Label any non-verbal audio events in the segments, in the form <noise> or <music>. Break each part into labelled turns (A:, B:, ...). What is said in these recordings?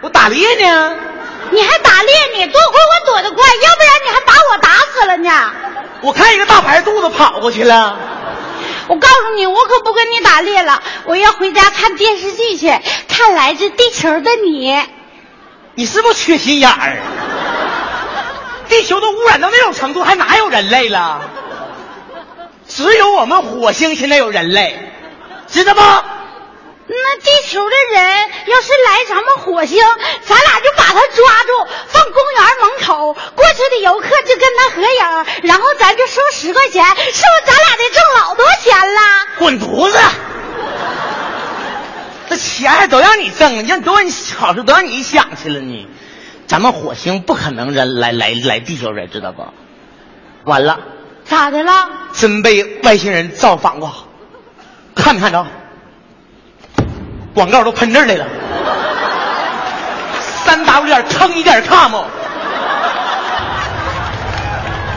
A: 我打猎呢，
B: 你还打猎呢？多亏我躲得快，要不然你还把我打死了呢。
A: 我看一个大白肚子跑过去了。
B: 我告诉你，我可不跟你打猎了，我要回家看电视剧去，看来自地球的你。
A: 你是不是缺心眼儿？ <laughs> 地球都污染到那种程度，还哪有人类了？只有我们火星现在有人类，知道不？
B: 那地球的人要是来咱们火星，咱俩就把他抓住，放公园门口，过去的游客就跟他合影，然后咱就收十块钱，是不是咱俩得挣老多钱了？
A: 滚犊子！这钱还都让你挣了，让都让你好处都让你想去了你。咱们火星不可能人来来来地球人，知道不？完了，
B: 咋的了？
A: 真被外星人造反过，看没看着？广告都喷这儿来了。三 w 点坑一点 com，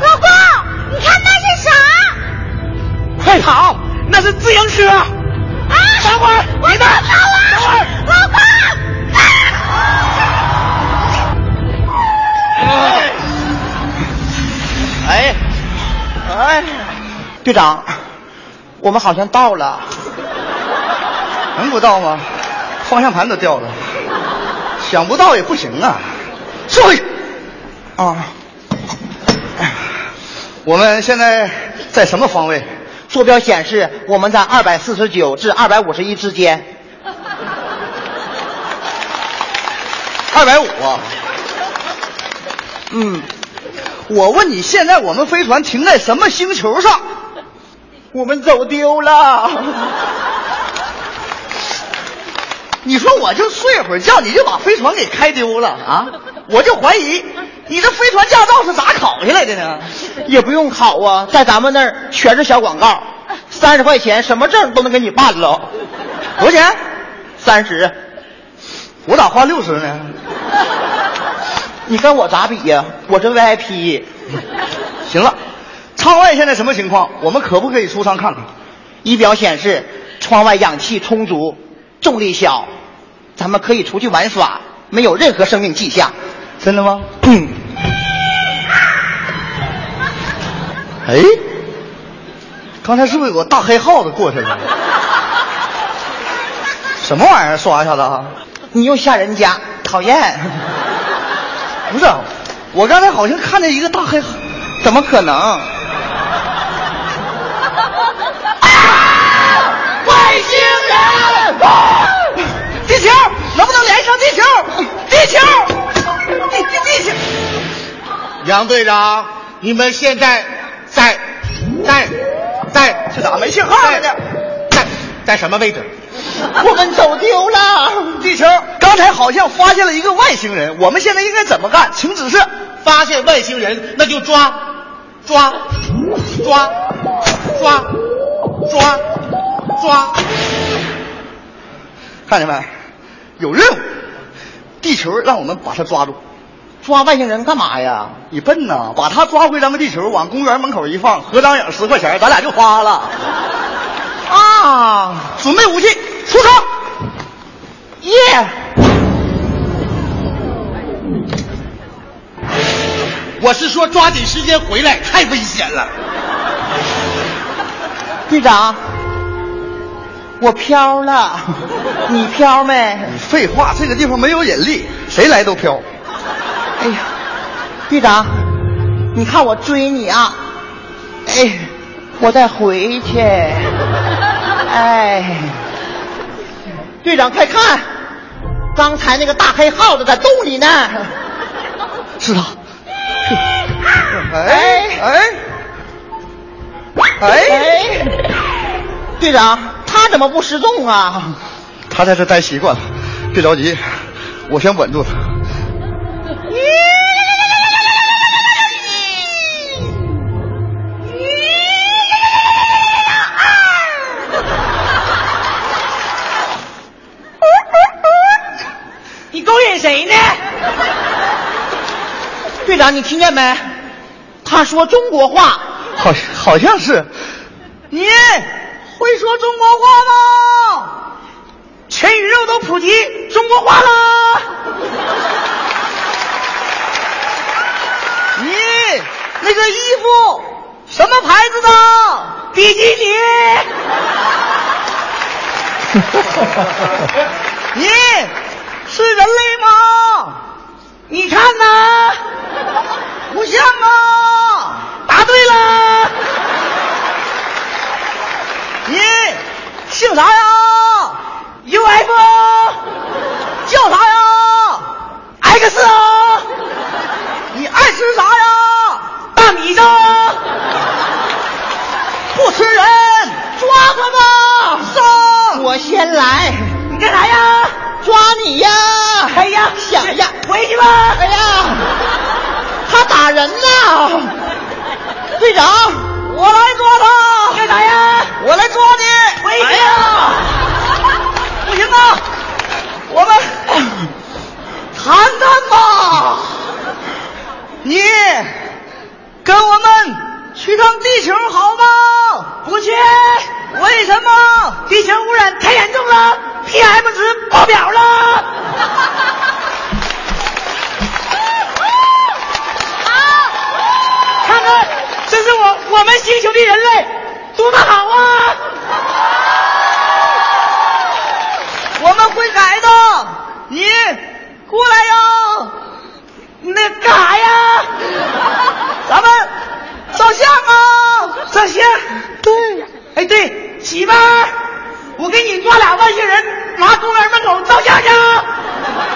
B: 老公，你看那是啥？
A: 快跑！那是自行车。
B: 啊！
A: 等会儿，别动！等会儿。
B: 老公，
A: 哎，哎，队长，我们好像到了，
C: 能不到吗？方向盘都掉了，想不到也不行啊！收回去。啊，我们现在在什么方位？
D: 坐标显示我们在二百四十九至二百五十一之间。
C: 二百五啊。嗯，我问你，现在我们飞船停在什么星球上？
D: 我们走丢了，
C: 你说我就睡会儿觉，你就把飞船给开丢了啊？我就怀疑你这飞船驾照是咋考下来的呢？
D: 也不用考啊，在咱们那儿全是小广告，三十块钱什么证都能给你办了，
C: 多少钱？
D: 三十，
C: 我咋花六十呢？
D: 你跟我咋比呀、我这 VIP，
C: 行了，舱外现在什么情况？我们可不可以出舱看看？
D: 仪表显示窗外氧气充足，重力小，咱们可以出去玩耍，没有任何生命迹象。
C: 真的吗？
D: 嗯，
C: 哎，刚才是不是有个大黑耗子过去了？什么玩意儿？刷一下子啊！
D: 你又吓人家，讨厌。
C: <laughs> 不是，我刚才好像看见一个大黑，
D: 怎么可能？
C: 地球能不能连上地球？地球，地地地球。
E: 杨队长，你们现在在在在
C: 这咋没信号了呢？
E: 在在什么位置？
D: 我们走丢了。
C: 地球，刚才好像发现了一个外星人，我们现在应该怎么干？请指示。
E: 发现外星人，那就抓，抓，抓，抓，抓，抓。
C: 看见没？有任务，地球让我们把他抓住。
D: 抓外星人干嘛呀？
C: 你笨呐！把他抓回咱们地球，往公园门口一放，合张影十块钱，咱俩就花了。啊！准备武器，出手！
D: 耶、
E: 我是说抓紧时间回来，太危险了。
D: 队长，我飘了，你飘没？
C: 废话，这个地方没有引力，谁来都飘。
D: 哎呀，队长，你看我追你啊！哎，我再回去。哎，队长，快看，刚才那个大黑耗子在洞里呢。
C: 是他。哎哎哎！
D: 哎，队长，他怎么不失踪啊？
C: 他在这待习惯了，别着急，我先稳住他。
A: 你勾引谁呢？
D: 队长，你听见没？他说中国话。
C: 好，好像是。
A: 你会说中国话吗？全宇宙都普及中国话啦！
C: 你是人类吗？你看呐，不像啊！答对了。你姓啥呀？UFO。叫啥呀？X 啊。你爱吃啥呀？大米粥。不吃人，抓他吧！上。
D: 啊我先来，
C: 你干啥呀？
D: 抓你呀！
C: 哎呀，
D: 想呀，
C: 回去吧。
D: 哎呀，他打人呐！队长，
C: 我来抓他。干啥呀？
D: 我来抓你！
C: 回去
D: 哎呀，
C: 不行啊，我们 <coughs> 谈谈吧。你跟我们去趟地球好吗？不去。为什么？地球污染太严重了，PM 值爆表了。看看，这是我我们星球的人类，多么好啊！我们会改的，你过来呀！那干啥呀？咱们照相啊！照相。对。哎，对，起吧！我给你抓俩外星人，拿公园门口照相去。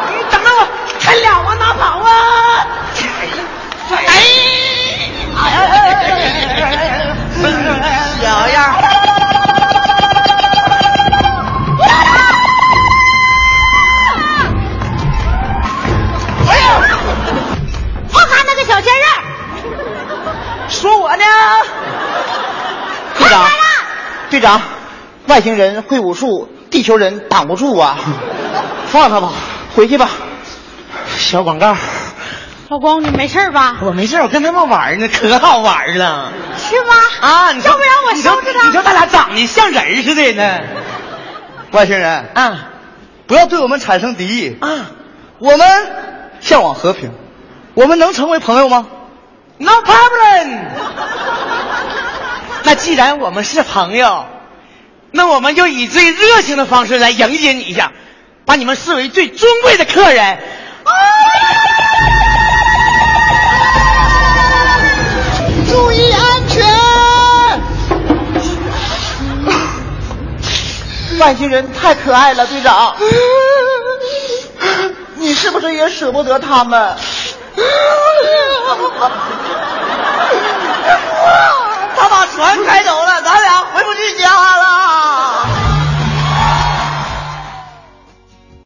C: 你等着我，看俩我拿跑啊！哎，哎呀，哎呀，
D: 小样儿。
B: 看看那个小鲜肉，
C: 说我呢？
D: 队长，队长，外星人会武术，地球人挡不住啊！放他吧，回去吧。小广告，
B: 老公，你没事吧？
C: 我没事，我跟他们玩呢，可好玩了
B: 是吗？
C: 啊！你说
B: 要不然我
C: 你说
B: 收拾
C: 你说
B: 他。
C: 咱俩长得像人似的呢？
F: <laughs> 外星人，
C: 啊
F: 不要对我们产生敌意，
C: 啊，
F: 我们向往和平，我们能成为朋友吗？
C: No problem。那既然我们是朋友，那我们就以最热情的方式来迎接你一下，把你们视为最尊贵的客人。
D: 注意安全！外星人太可爱了，队长，你是不是也舍不得他们？